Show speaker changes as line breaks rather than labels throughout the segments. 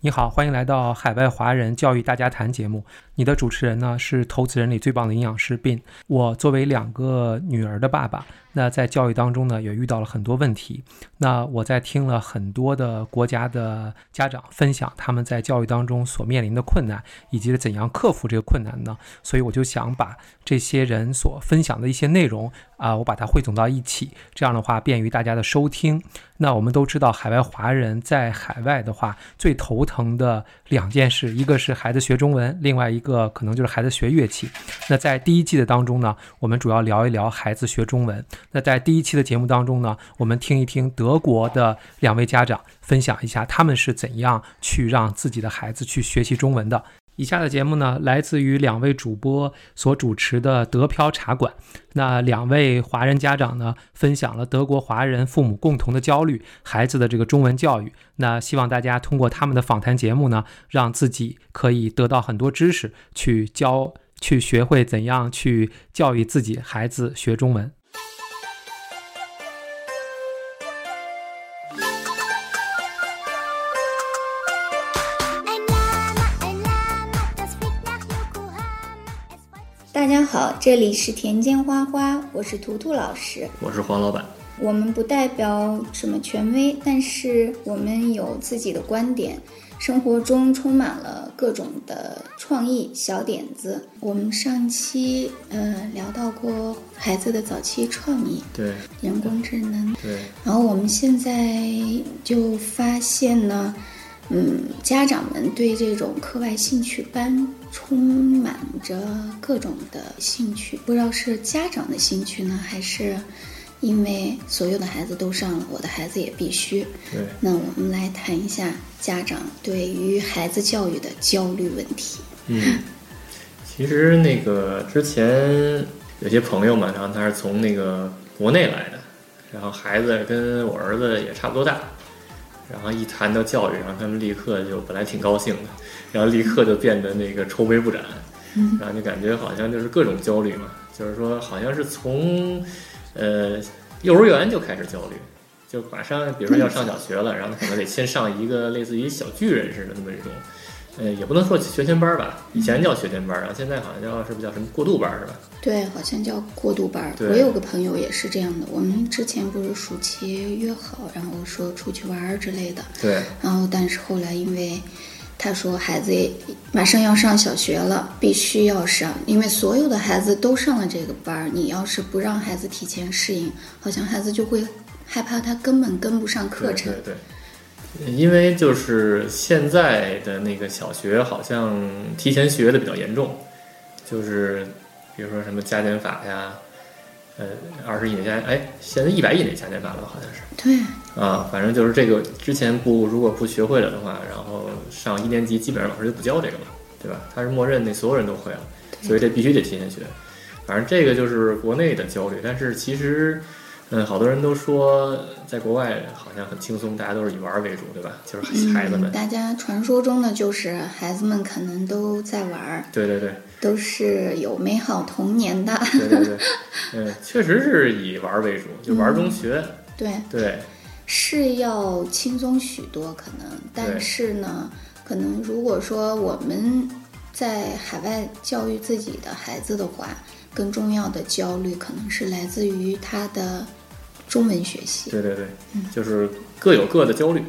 你好，欢迎来到海外华人教育大家谈节目。你的主持人呢是投资人里最棒的营养师 Bin。我作为两个女儿的爸爸，那在教育当中呢也遇到了很多问题。那我在听了很多的国家的家长分享他们在教育当中所面临的困难，以及怎样克服这个困难呢？所以我就想把这些人所分享的一些内容啊、我把它汇总到一起，这样的话便于大家的收听。那我们都知道，海外华人在海外的话，最头疼的两件事，一个是孩子学中文，另外一个可能就是孩子学乐器。那在第一季的当中呢，我们主要聊一聊孩子学中文。那在第一期的节目当中呢，我们听一听德国的两位家长分享一下他们是怎样去让自己的孩子去学习中文的。以下的节目呢，来自于两位主播所主持的德飘茶馆。那两位华人家长呢，分享了德国华人父母共同的焦虑，孩子的这个中文教育。那希望大家通过他们的访谈节目呢，让自己可以得到很多知识，去教、去学会怎样去教育自己孩子学中文。
Ein Lama, ein Lama, das fliegt nach Yokohama. Es freut sich
大家好，这里是田间花花，我是图图老师。
我是黄老板。
我们不代表什么权威，但是我们有自己的观点。生活中充满了各种的创意小点子。我们上期呃聊到过孩子的早期创意、
对
人工智能，
对，
然后我们现在就发现呢，嗯，家长们对这种课外兴趣班充满着各种的兴趣，不知道是家长的兴趣呢，还是因为所有的孩子都上了，我的孩子也必须。
对，
那我们来谈一下家长对于孩子教育的焦虑问题。
嗯，其实那个之前有些朋友嘛，然后他是从那个国内来的，然后孩子跟我儿子也差不多大，然后一谈到教育，然后他们立刻就本来挺高兴的，然后立刻就变得那个愁眉不展，然后就感觉好像就是各种焦虑嘛，就是说好像是从呃幼儿园就开始焦虑。就马上，比如说要上小学了，然后他可能得先上一个类似于小巨人似的那么一种，呃，也不能说学前班儿吧，以前叫学前班儿，然后现在好像叫是不是叫什么过渡班儿是吧？
对，好像叫过渡班儿。
对
我有个朋友也是这样的。我们之前不是暑期约好，然后说出去玩儿之类的，
对
然后但是后来因为他说孩子也马上要上小学了，必须要上，因为所有的孩子都上了这个班儿，你要是不让孩子提前适应，好像孩子就会害怕他根本跟不上课程。
对对对，因为就是现在的那个小学好像提前学的比较严重，就是比如说什么加减法呀，呃，二十以内加，哎，现在一百以内加减法了吧，好像是。
对
啊，反正就是这个之前不如果不学会了的话，然后上一年级基本上老师就不教这个了，对吧？他是默认那所有人都会了，所以这必须得提前学。反正这个就是国内的焦虑，但是其实，嗯，好多人都说在国外好像很轻松，大家都是以玩儿为主，对吧？就是孩子们，
嗯，大家传说中的就是孩子们可能都在玩儿，
对对对
都是有美好童年的。
对对对，嗯，确实是以玩儿为主，就玩儿中学，
对，
对
是要轻松许多，可能，但是呢，可能如果说我们在海外教育自己的孩子的话，更重要的焦虑可能是来自于他的中文学习。
对对对，就是各有各的焦虑，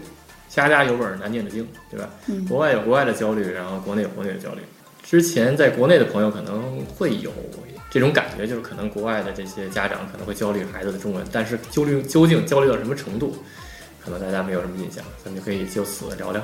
家家有本难念的经，对吧？
嗯，
国外有国外的焦虑，然后国内有国内的焦虑。之前在国内的朋友可能会有这种感觉，就是可能国外的这些家长可能会焦虑孩子的中文，但是焦虑究竟焦虑到什么程度，可能大家没有什么印象，咱们就可以就此聊聊。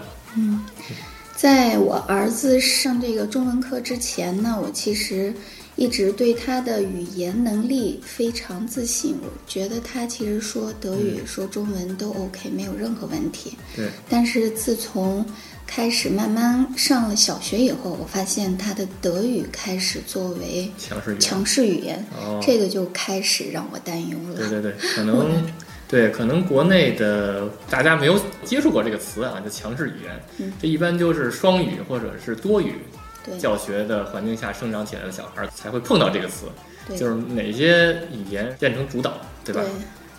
在我儿子上这个中文课之前呢，我其实一直对他的语言能力非常自信。我觉得他其实说德语、说中文都 OK，没有任何问题。
嗯对，
但是自从开始慢慢上了小学以后，我发现他的德语开始作为
强势语言。
强势语言，
哦，
这个就开始让我担忧了。
对对对，可能对，可能国内的大家没有接触过这个词啊，就强势语言，
嗯
这一般就是双语或者是多语
对
教学的环境下生长起来的小孩儿才会碰到这个词，
对
就是哪些语言变成主导，对吧？
对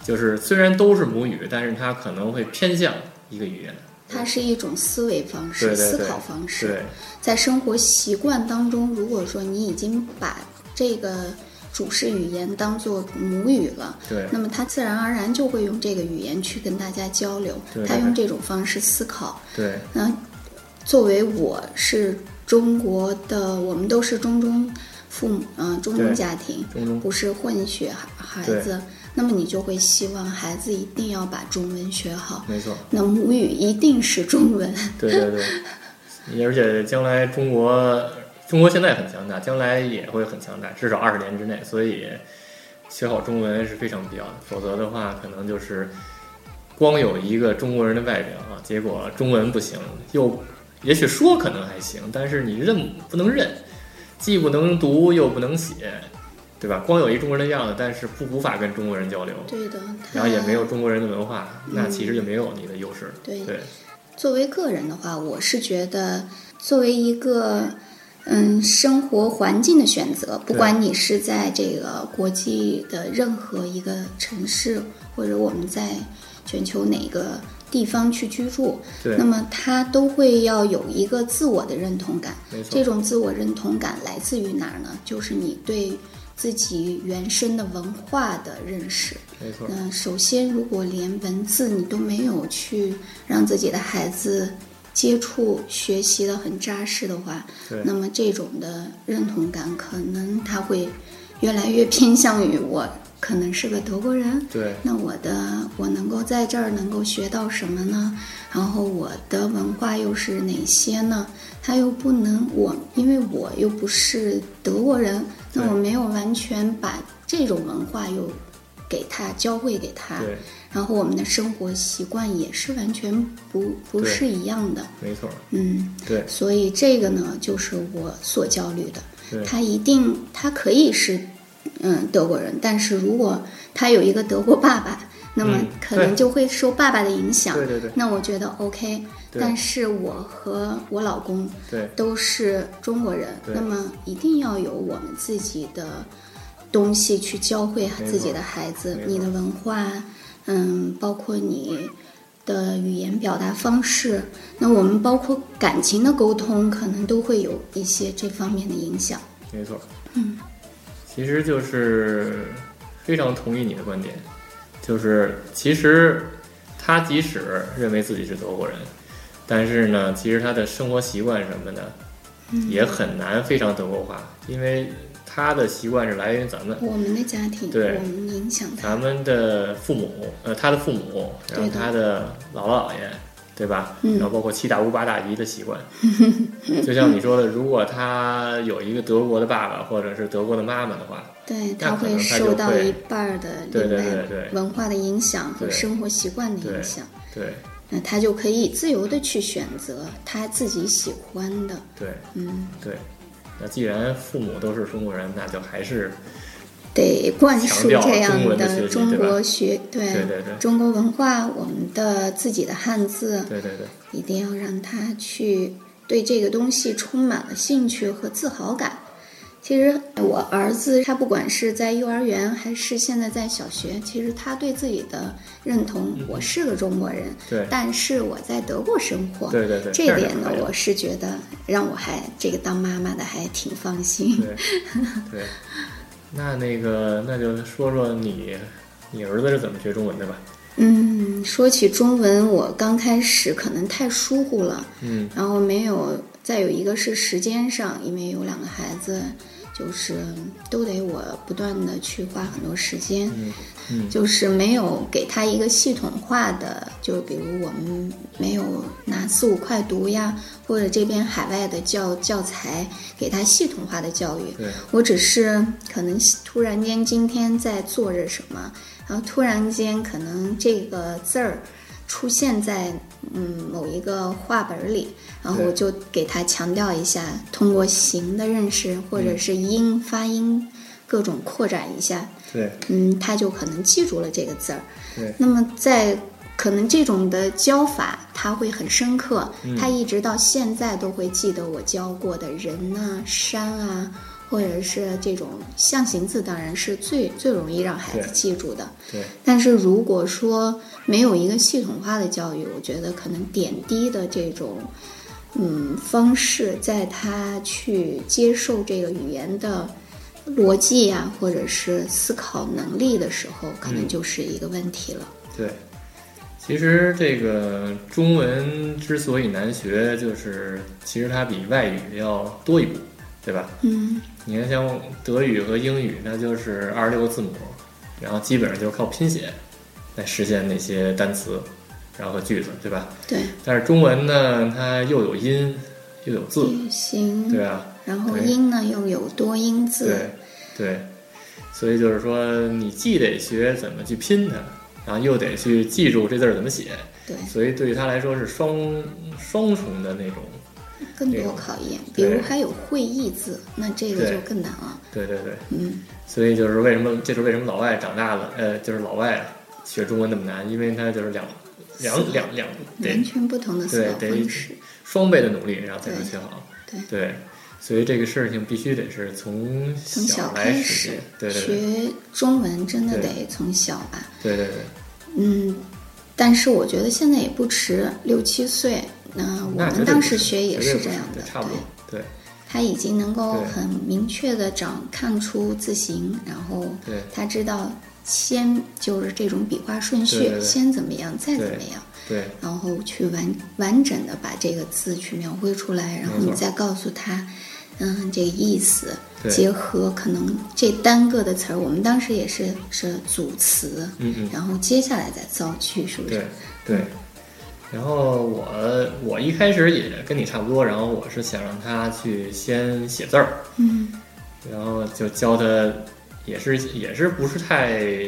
就是虽然都是母语，但是它可能会偏向一个语言，
它是一种思维方式、
对对
思
对
考方式。
对，
在生活习惯当中，如果说你已经把这个主事语言当做母语了，
对
那么他自然而然就会用这个语言去跟大家交流
对，对
他用这种方式思考。
对
那作为我是中国的，我们都是中中父母，嗯、中
对
中家庭，
中中
不是混血孩孩子，那么你就会希望孩子一定要把中文学好。
没错，
那母语一定是中文，
对对对，你而且将来中国中国现在很强大，将来也会很强大，至少二十年之内，所以学好中文是非常必要的，否则的话可能就是光有一个中国人的外表，啊结果中文不行，又也许说可能还行，但是你认不能认，既不能读又不能写。对吧？光有一中国人的样子，但是不无法跟中国人交流，
对的。
然后也
他
没有中国人的文化，那其实就没有你的优势。
对
对，
作为个人的话，我是觉得，作为一个嗯生活环境的选择，不管你是在这个国际的任何一个城市，或者我们在全球哪个地方去居住，
对
那么他都会要有一个自我的认同感
没错。
这种自我认同感来自于哪儿呢？就是你对自己原生的文化的认识。
没错。
那首先，如果连文字你都没有去让自己的孩子接触、学习的很扎实的话
对，
那么这种的认同感可能他会越来越偏向于我可能是个德国人。
对，
那我的我能够在这儿能够学到什么呢？然后我的文化又是哪些呢？他又不能我，因为我又不是德国人，那
对
我没有完全把这种文化又给他教会给他，
对，
然后我们的生活习惯也是完全不不
对
是一样的，
没错，
嗯，
对
所以这个呢，就是我所焦虑的。
对
他一定，他可以是，嗯，德国人，但是如果他有一个德国爸爸，那么
嗯
可能
对
就会受爸爸的影响。
对对对
那我觉得 OK，
对
但是我和我老公
对
都是中国人，
对
那么一定要有我们自己的东西去教会
错
自己的孩子
没，错
你的文化，嗯，包括你的语言表达方式，那我们包括感情的沟通，可能都会有一些这方面的影响。
没错。其实就是非常同意你的观点，就是其实他即使认为自己是德国人，但是呢，其实他的生活习惯什么的也很难非常德国化，因为他的习惯是来源于咱们。
我们的家庭，
对
我们影响他，
咱们的父母，呃，他的父母，然后
对的
他的姥姥姥爷，对吧？
嗯
然后包括七大姑八大姨的习惯，就像你说的，如果他有一个德国的爸爸或者是德国的妈妈的话，
对
那
他
可能
会
他就
受到
会
一半儿的
对
另
对
外
对对
文化的影响和
对
生活习惯的
对
影响。
对
那他就可以自由的去选择他自己喜欢的，
对
嗯，
对。那既然父母都是中国人，那就还是
得灌输这样
强调中文的学习
中
对吧
国学，对
对对对
中国文化，我们的自己的汉字，
对对对
一定要让他去对这个东西充满了兴趣和自豪感。其实我儿子他不管是在幼儿园还是现在在小学，其实他对自己的认同，我是个中国人，
嗯对
但是我在德国生活，
对对对，
这
样就
点呢
可以，了
我是觉得让我还这个当妈妈的还挺放心。
对对。那那个，那就说说你，你儿子是怎么学中文的吧？
嗯，说起中文，我刚开始可能太疏忽了，
嗯，
然后没有。再有一个是时间上，因为有两个孩子，就是都得我不断的去花很多时间，
嗯
就是没有给他一个系统化的，就比如我们没有拿四五块读呀，或者这边海外的教教材给他系统化的教育，
对
我只是可能突然间今天在做着什么，然后突然间可能这个字儿出现在嗯某一个话本里，然后
对
我就给他强调一下，通过形的认识或者是音发音各种扩展一下，
对
嗯，他就可能记住了这个字儿。
对
那么在可能这种的教法，他会很深
嗯
刻，他一直到现在都会记得我教过的人呐、山啊，或者是这种象形字，当然是最最容易让孩子
对
记住的。
对，
但是如果说没有一个系统化的教育，我觉得可能点滴的这种嗯方式，在他去接受这个语言的逻辑呀、或者是思考能力的时候，可能
嗯
就是一个问题了。
对，其实这个中文之所以难学，就是其实它比外语要多一步，对吧？
嗯
你看像德语和英语，那就是二十六个字母，然后基本上就是靠拼写来实现那些单词，然后和句子，对吧？
对，
但是中文呢，它又有音又有字，
有形，
对吧？
然后
对
音呢又有多音嗯字
对，，对，所以就是说，你既得学怎么去拼它，然后又得去记住这字儿怎么写，
对，
所以对于他来说是双双重的那种，
更
这
多
种
考验。比
对
如还有会意字，那这个
对
就更难了。
对对对，
嗯，
所以就是为什么这是为什么老外长大了，呃，就是老外学中文那么难，因为他就是两两两两
完
得
全不同的思
对
考
得
方式。
双倍的努力，然后才能学好，
对
对，所以这个事情必须得是从
从小
来
开
实
始
现，对对对
学中文，真的
对
得从小吧。
对对
嗯，但是我觉得现在也不迟，六七岁。那我
嗯那绝
们
对
当
不
时
是
学也
绝对
是
不
这样的，
对差不多，对
他已经能够
对
很明确的长看出字形，然后
对
他知道先就是这种笔画顺序，
对对对
先怎么样，再怎么样，
对
然后去完完整的把这个字去描绘出来，然后
没错
你再告诉他，嗯，这个意思
对
结合可能这单个的词儿，我们当时也是是组词，
嗯嗯。
然后接下来再造句，是不
对
是？
对。然后我我一开始也跟你差不多，然后我是想让他去先写字儿，
嗯，
然后就教他，也是也是不是太，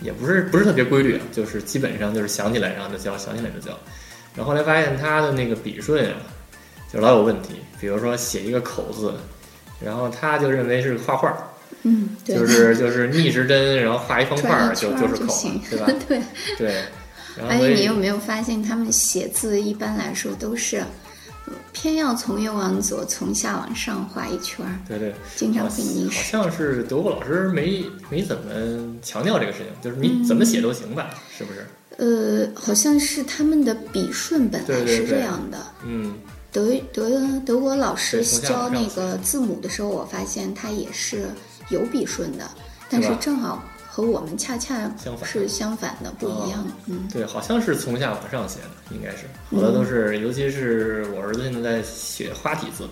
也不是不是特别规律啊，就是基本上就是想起来然后就教，想起来就教。然后后来发现他的那个笔顺啊，就老有问题，比如说写一个口字，然后他就认为是画画儿，
嗯，对，
就是就是逆时针，然后画一方块
转
儿
一圈
就
儿
是
就
口
行
了，对吧？
对。
对。然后
而
所
且
以
你有没有发现，他们写字一般来说都是，呃偏要从右往左，从下往上画一圈儿，
对对，
经常
好
会迷失。
像是德国老师没没怎么强调这个事情，就是
嗯
你怎么写都行吧，是不是？
呃，好像是他们的笔顺本来
对对
是这
对
样的。
嗯，
德德德国老师
对从下
教
往上
那个字母的时候，我发现他也是有笔顺的，但
是
是
吧
正好和我们恰恰
相反啊
是相反的，不一样。嗯，
对，好像是从下往上写的，应该是好多都是，尤其是我儿子现在在写花体字，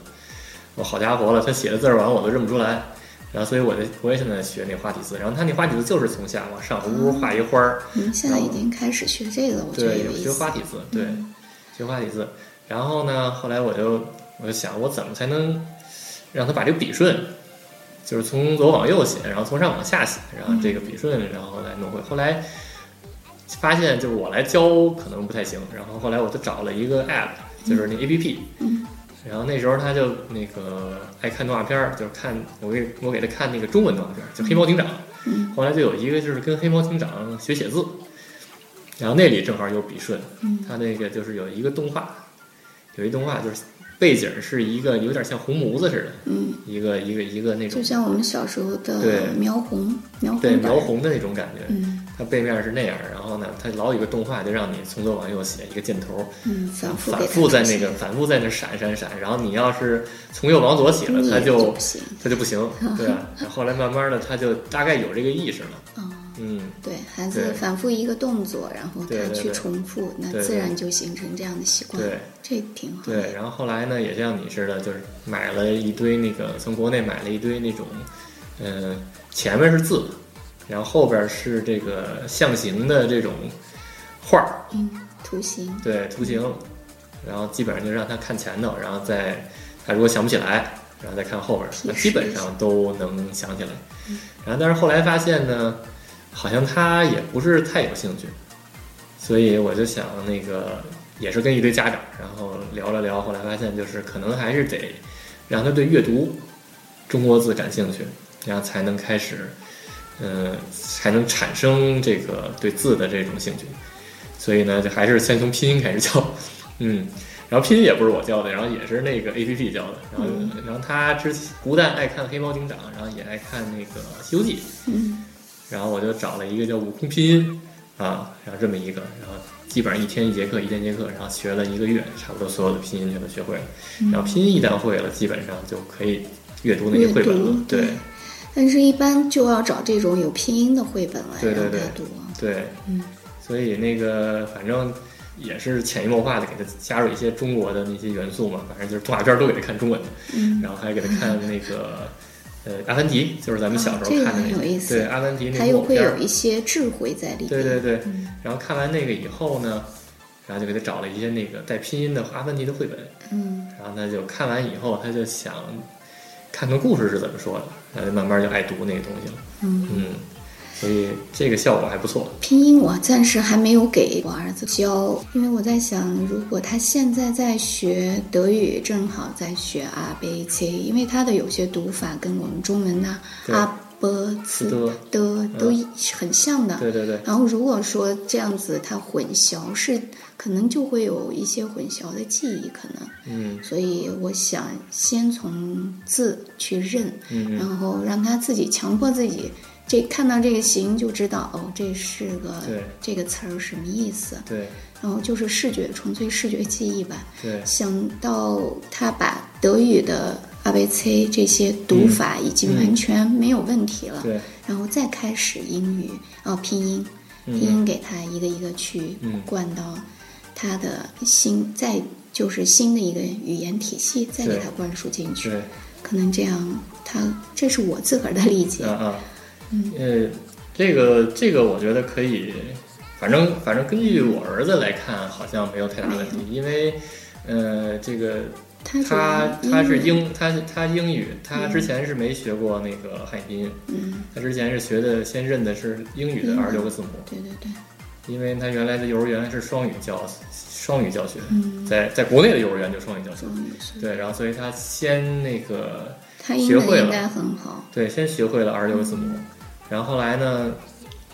我好家伙了，他写的字儿完我都认不出来。然后，所以我就我也现在学那花体字，然后他那花体字就是从下往
哦
上，呜呜画一花儿，
你们嗯现在
然
已
后
经开始学这个了，我觉得
对，
有意
学花
思。嗯
体字，对，学花体字。然后呢，后来我就我就想，我怎么才能让他把这个笔顺，就是从左往右写，然后从上往下写，然后这个笔顺，然后来弄会。后来发现就是我来教可能不太行，然后后来我就找了一个 app，就是那 app，、
嗯
然后那时候他就那个爱看动画片儿，就是看我给我给他看那个中文动画片儿，就《黑猫警长》
嗯
后来就有一个就是跟黑猫警长学写字，然后那里正好有笔顺，
嗯
他那个就是有一个动画，有一动画就是背景是一个有点像红模子似的，
嗯，
一个一个一个那种
就像我们小时候的
对
描红，描红
对
本
描红的那种感觉。
嗯
它背面是那样，然后呢，它老有一个动画，就让你从左往右写一个箭头，
嗯，反复
反
给
复
它
在
出
那
现
个反复在那闪闪闪，然后你要是从右往左写了，
腻
它
了
就
不行
他就不行，对吧？然后后来慢慢的，他就大概有这个意识了，
啊。
嗯，
对孩子
对
反复一个动作，然后
对
他
对
去
对
重复，那
对
自
对
然就形成这样的习惯。
对，
这挺好的。
对。嗯然后后来呢，也像你似的，就是买了一堆那个从国内买了一堆那种，嗯、前面是字，然后后边是这个象形的这种画儿，
嗯，图形
对图形，然后基本上就让他看前头，然后再他如果想不起来，然后再看后边儿，
提
那
示
基本
一下
上都能想起来。然后但是后来发现呢，好像他也不是太有兴趣，所以我就想那个也是跟一堆家长，然后聊了聊，后来发现就是可能还是得让他对阅读中国字感兴趣，然后才能开始。嗯，才能产生这个对字的这种兴趣。所以呢，就还是先从拼音开始教，嗯，然后拼音也不是我教的，然后也是那个 A P P 教的。然后，然后他之前不但爱看《黑猫警长》，然后也爱看那个《西游记》。
嗯，
然后我就找了一个叫悟空拼音啊，然后这么一个，然后基本上一天一节课，一天一节课，然后学了一个月，差不多所有的拼音全都学会了。然后拼音一旦会了，基本上就可以阅读那些绘本
阅
了
读。
对
对但是一般就要找这种有拼音的绘本来
对对
让他
对
读。
对，
嗯
所以那个反正也是潜移默化的给他加入一些中国的那些元素嘛，反正就是动画片都给他看中文的，
嗯
然后还给他看那个。呃，阿凡提就是咱们小时
啊这
候
个
看的
很
那
有
个，
意思
对阿凡提那
他
个
又
动画
会
片儿
有一些嗯智慧在里面。
对对对，然后看完那个以后呢，然后就给他找了一些那个带拼音的阿凡提的绘本，
嗯
然后他就看完以后，他就想看看故事是怎么说的，然后就慢慢就爱读那个东西了。
嗯，
嗯，所以这个效果还不错。
拼音我暂时还没有给我儿子教，因为我在想，如果他现在在学德语，正好在学阿贝切，因为他的有些读法跟我们中文的
对
阿波茨
的
的都很像的。
对对对，
然后如果说这样子他混淆是，可能就会有一些混淆的记忆，可能。
嗯
所以我想先从字去认，
嗯
然
嗯，
后让他自己强迫自己，这看到这个形就知道哦，这是个
对
这个词儿什么意思，
对
然后就是视觉，纯粹视觉记忆吧。
对
想到他把德语的 A B C 这些读法已经完全没有问题了，
嗯对，
然后再开始英语啊、拼音，拼
嗯
音给他一个一个去
嗯
灌到他的新，再就是新的一个语言体系，再给
对
他灌输进去。
对
可能这样，他这是我自个儿的理解
啊。啊，呃，这个这个我觉得可以，反正反正根据我儿子来看，好像没有太大问题，因为呃这个
他主
他
要
他是
英语，
英嗯他他英语，他之前是没学过那个汉语拼音，
嗯，
他之前是学的先认的是英语的
嗯
二十六个字母，
对对对，
因为他原来的幼儿园是双语教双语教学，
嗯
在在国内的幼儿园就双语教学
中，语是，
对，然后所以他先那个
他英
学会
文
了
应该很好。
对先学会了二十六个字母，
嗯
然后后来呢，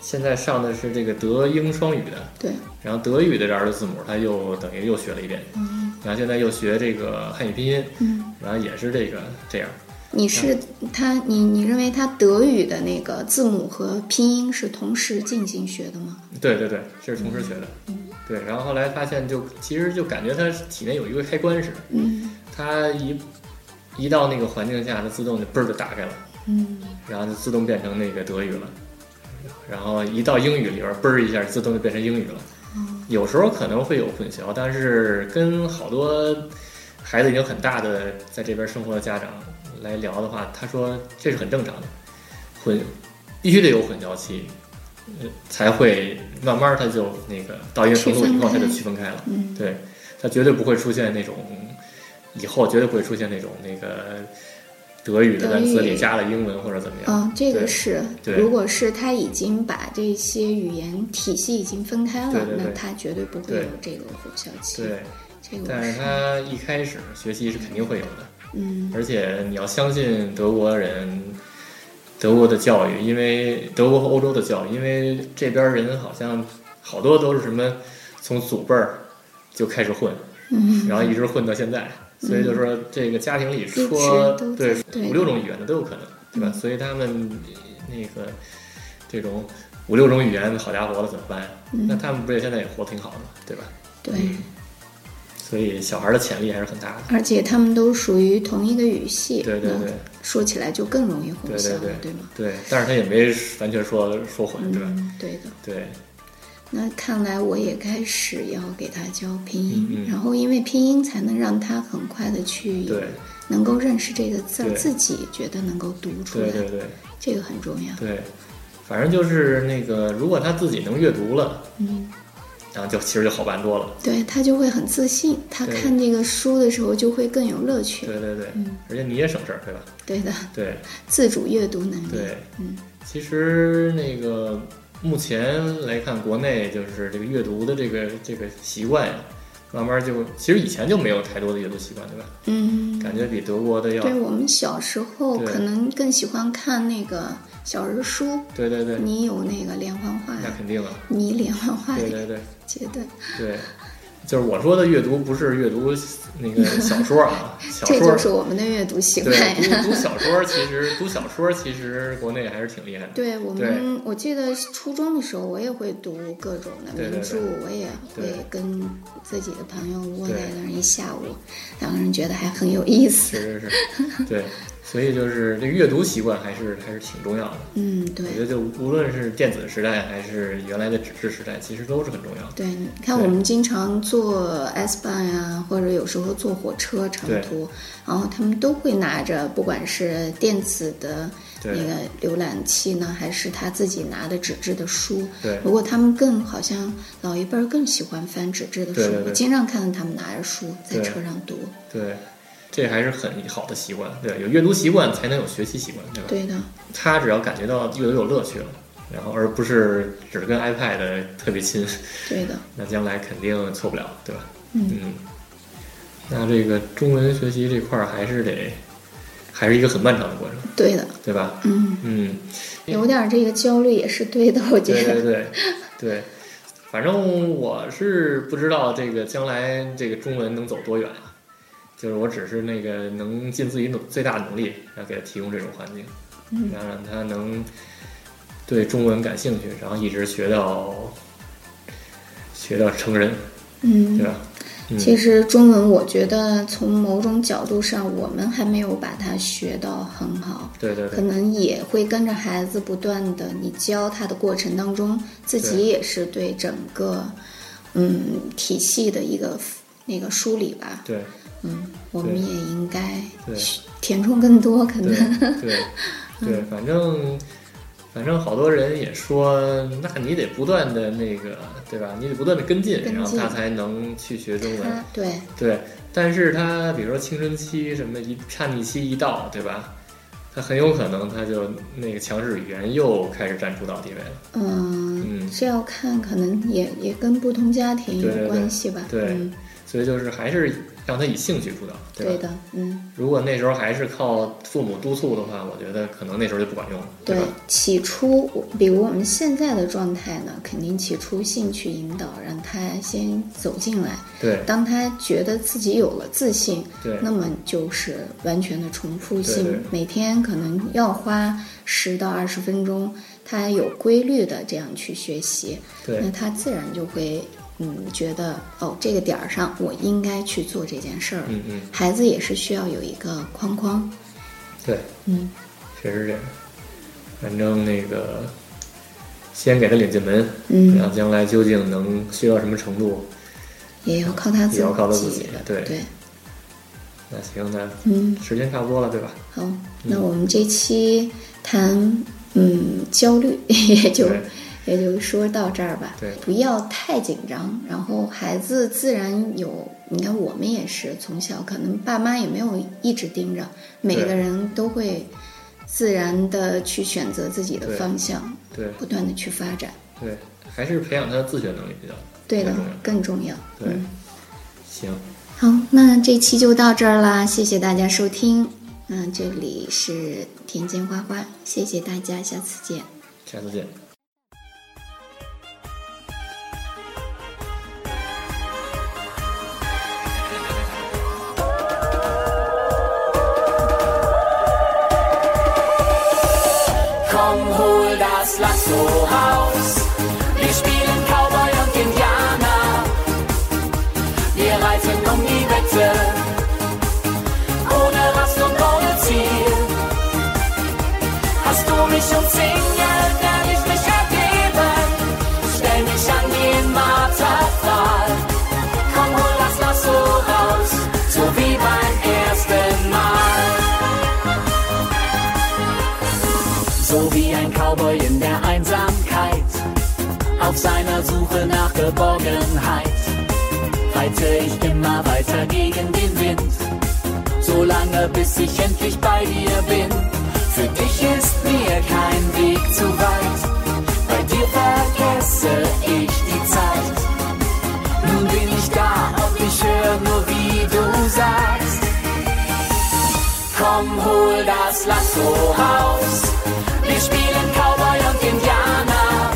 现在上的是这个德英双语的，
对，
然后德语的这二十字母他又等于又学了一遍，
嗯
然后现在又学这个汉语拼音，
嗯，
然后也是这个这样。
你是
嗯
他，你你认为他德语的那个字母和拼音是同时进行学的吗？
对对对，这是同时学的。
嗯
对，然后后来发现就其实就感觉他体内有一个开关似的，
嗯
他一一到那个环境下，它自动就嘣儿就打开了，
嗯
然后就自动变成那个德语了。然后一到英语里边，嘣儿一下自动就变成英语了。有时候可能会有混淆，但是跟好多孩子已经很大的在这边生活的家长来聊的话，他说这是很正常的，混必须得有混淆期，呃，才会慢慢他就那个到一定程度以后，他就区分开了。
嗯，
对，它绝对不会出现那种，以后绝对不会出现那种那个德语的单词
德
里
语
加了英文或者怎么样。
哦，这个
对
是，
对
如果是他已经把这些语言体系已经分开
对
了，
对对
那他绝对不会
对
有这个混淆期。
对，
这个
但
我
是他一开始学习是肯定会有的，
嗯
而且你要相信德国人，德国的教育，因为德国和欧洲的教育，因为这边人好像好多都是什么从祖辈儿就开始混，
嗯，
然后一直混到现在，所以就说这个家庭里
直
说
都在
对
对
五六种语言的都有可能，对吧？
嗯
所以他们呃那个这种五六种语言，好家伙了怎么办呀？
嗯
那他们不也现在也活挺好的，对吧？
对。
所以小孩的潜力还是很大的。
而且他们都属于同一个语系，
对对
那
对
说起来就更容易混
对
淆
对
了，
对
吗？
对，但是他也没完全说说混，对吧？
嗯，对的。
对
那看来我也开始要给他教拼音，
嗯嗯
然后因为拼音才能让他很快的去有
对
能够认识这个字儿，
对
自己觉得能够读出来，
对对对
这个很重要。
对，反正就是那个，如果他自己能阅读了，
嗯，
然后就其实就好办多了。
对他就会很自信，他
对
看这个书的时候就会更有乐趣。
对对对，
嗯
而且你也省事儿，对吧？
对的，
对
自主阅读能力。
对。
嗯
其实那个目前来看，国内就是这个阅读的这个这个习惯呀，慢慢就其实以前就没有太多的阅读习惯，对吧？
嗯，
感觉比德国的要
对我们小时候
对
可能更喜欢看那个小人书，
对对对，
你有那个连环画，
那肯定啊，
嗯你连环画
对
也
对对
觉得
对。就是我说的阅读，不是阅读那个小说啊，小
这
说
就是我们的阅读习惯呀。
对读读小说，其实读小说其实国内还是挺厉害的。
对我们，我记得初中的时候，我也会读各种的
对对
名著，
对
我也
对
会跟自己的朋友窝在
对
那儿一下午，两个人觉得还很有意思
确。实是，对，所以就是这阅读习惯还是还是挺重要的。
嗯，
我觉
对
得就无论是电子时代还是原来的纸质时代，其实都是很重要的。
对，你看
对
我们经常坐 S 班呀，或者有时候坐火车长
对
途，然后他们都会拿着，不管是电子的那
对
个浏览器呢，还是他自己拿的纸质的书。
对
不过他们更好像老一辈儿更喜欢翻纸质的书，
对对对
我经常看到他们拿着书在
对
车上读。
对，这还是很好的习惯。对，有阅读习惯才能有学习习惯，对吧？
对的，
他只要感觉到阅读有乐趣了，然后而不是只跟 iPad 特别亲，
对的，
那将来肯定错不了，对吧？
嗯，
嗯，那这个中文学习这块儿还是得，还是一个很漫长的过程，
对的，
对吧？
嗯，
嗯，
有点这个焦虑也是对的，我觉
对
得。
对对对，反正我是不知道这个将来这个中文能走多远啊，就是我只是那个能尽自己努最大努力，然后给他提供这种环境，
嗯
然后让他能对中文感兴趣，然后一直学到学到成人，
嗯
对，吧？嗯，
其实中文，我觉得从某种角度上，我们还没有把它学到很好，
对对
可
对
能也会跟着孩子不断的，你教他的过程当中，自
对
己也是对整个嗯体系的一个那个梳理吧。
对
嗯，我们
对
也应该
对
填充更多，可
对
能
对对，反正。反正好多人也说，那你得不断的那个，对吧？你得不断的跟进，
跟
然后他
进嗯
才能去学中文。
他对
对，但是他比如说青春期什么一叛逆期一到，对吧？他很有可能他就那个强势语言又开始占主导地位了。
嗯
嗯，
这要看，可能也也跟不同家庭
对对对
有关系吧。
对
嗯，
所以就是还是让他以兴趣主导，吧？
对的，嗯，
如果那时候还是靠父母督促的话，我觉得可能那时候就不管用了，
对
吧？。
起初，我比如我们现在的状态呢，肯定起初兴趣引导，让他先走进来。
对
当他觉得自己有了自信，
对
那么就是完全的重复性，
对对
每天可能要花十到二十分钟，他有规律的这样去学习，那
对
他自然就会嗯觉得哦，这个点儿上我应该去做这件事儿。
嗯嗯，
孩子也是需要有一个框框，
对，
嗯，
确实是这样。反正那个，先给他领进门，
嗯
然后将来究竟能学到什么程度？
也要靠他自己
也要
的，
靠他自己对
对，
那行，那
嗯，
时间差不多了，对吧？
好，那我们这期谈嗯焦虑 也就
对
也就说到这儿吧。
对
不要太紧张，然后孩子自然有。你看，我们也是从小，可能爸妈也没有一直盯着，每
对
个人都会自然的去选择自己的
对
方向，
对
不断的去发展。
对，还是培养他的自学能力比较
对的
更重要，
更重要。
对
嗯。
行。
好，那这期就到这儿啦，谢谢大家收听。嗯，这里是田间花花，谢谢大家，下次见。
下次见。
Komm, hol das Lasso raus. Wir spielen Cowboy und Indianer. Wir reiten um die Wette. Ohne Rast und ohne Ziel. Hast du mich umzingelt, werd ich mich ergeben. Stell mich an wie im Marterpfahl. Komm, hol das Lasso raus. So wie beim ersten Mal. so wie ein Cowboy in der Einsamkeit, auf seiner Suche nach Geborgenheit. Reite ich immer weiter gegen den Wind, solange bis ich endlich bei dir bin. Für dich ist mir kein Weg zu weit, bei dir vergesse ich die Zeit. Nun bin ich da und ich höre nur, wie du sagst. Komm, hol das Lasso raus. Wir spielen Cowboy und Indianer.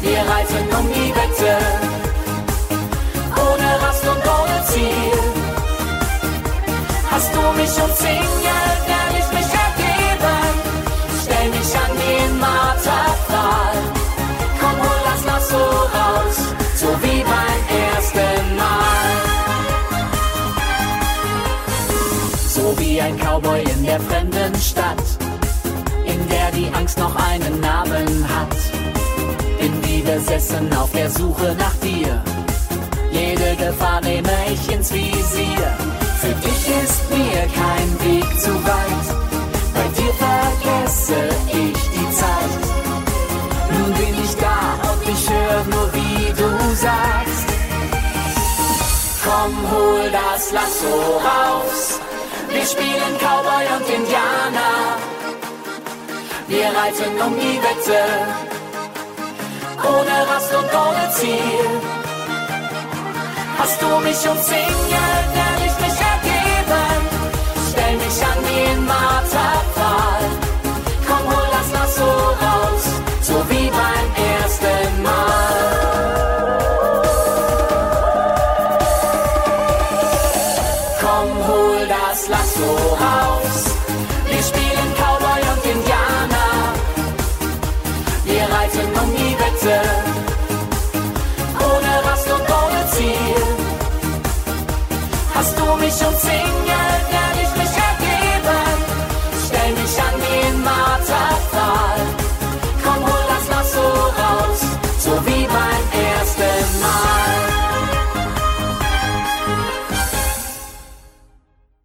Wir reiten um die Wette. Ziel. Hast du mich um zehn Jahre, kann ich mich ergeben. Stell mich an den Marterpfahl. Komm, hol das noch so raus, so wie beim ersten Mal. So wie ein Cowboy in der fremden Stadt, in der die Angst noch einen Namen hat. Bin wie besessen auf der Suche nach dir. Jede Gefahr nehme ich ins Visier. Für dich ist mir kein Weg zu weit. Bei dir vergesse ich die Zeit. Nun bin ich da und ich höre nur, wie du sagst. Komm, hol das Lasso raus. Wir spielen Cowboy und Indianer. Wir reiten um die Wette. Ohne Rast und ohne Ziel. Hast du mich um zehn Jahre werde ich mich ergeben. Stell mich an den Marterpfahl. Komm, hol das Lasso raus. So wie beim ersten Mal. Komm, hol das Lasso raus. Wir spielen Cowboy und Indianer. Wir reiten um die Wette. Ohne Rast und ohne Ziel. Hast du mich um zehn Jahre?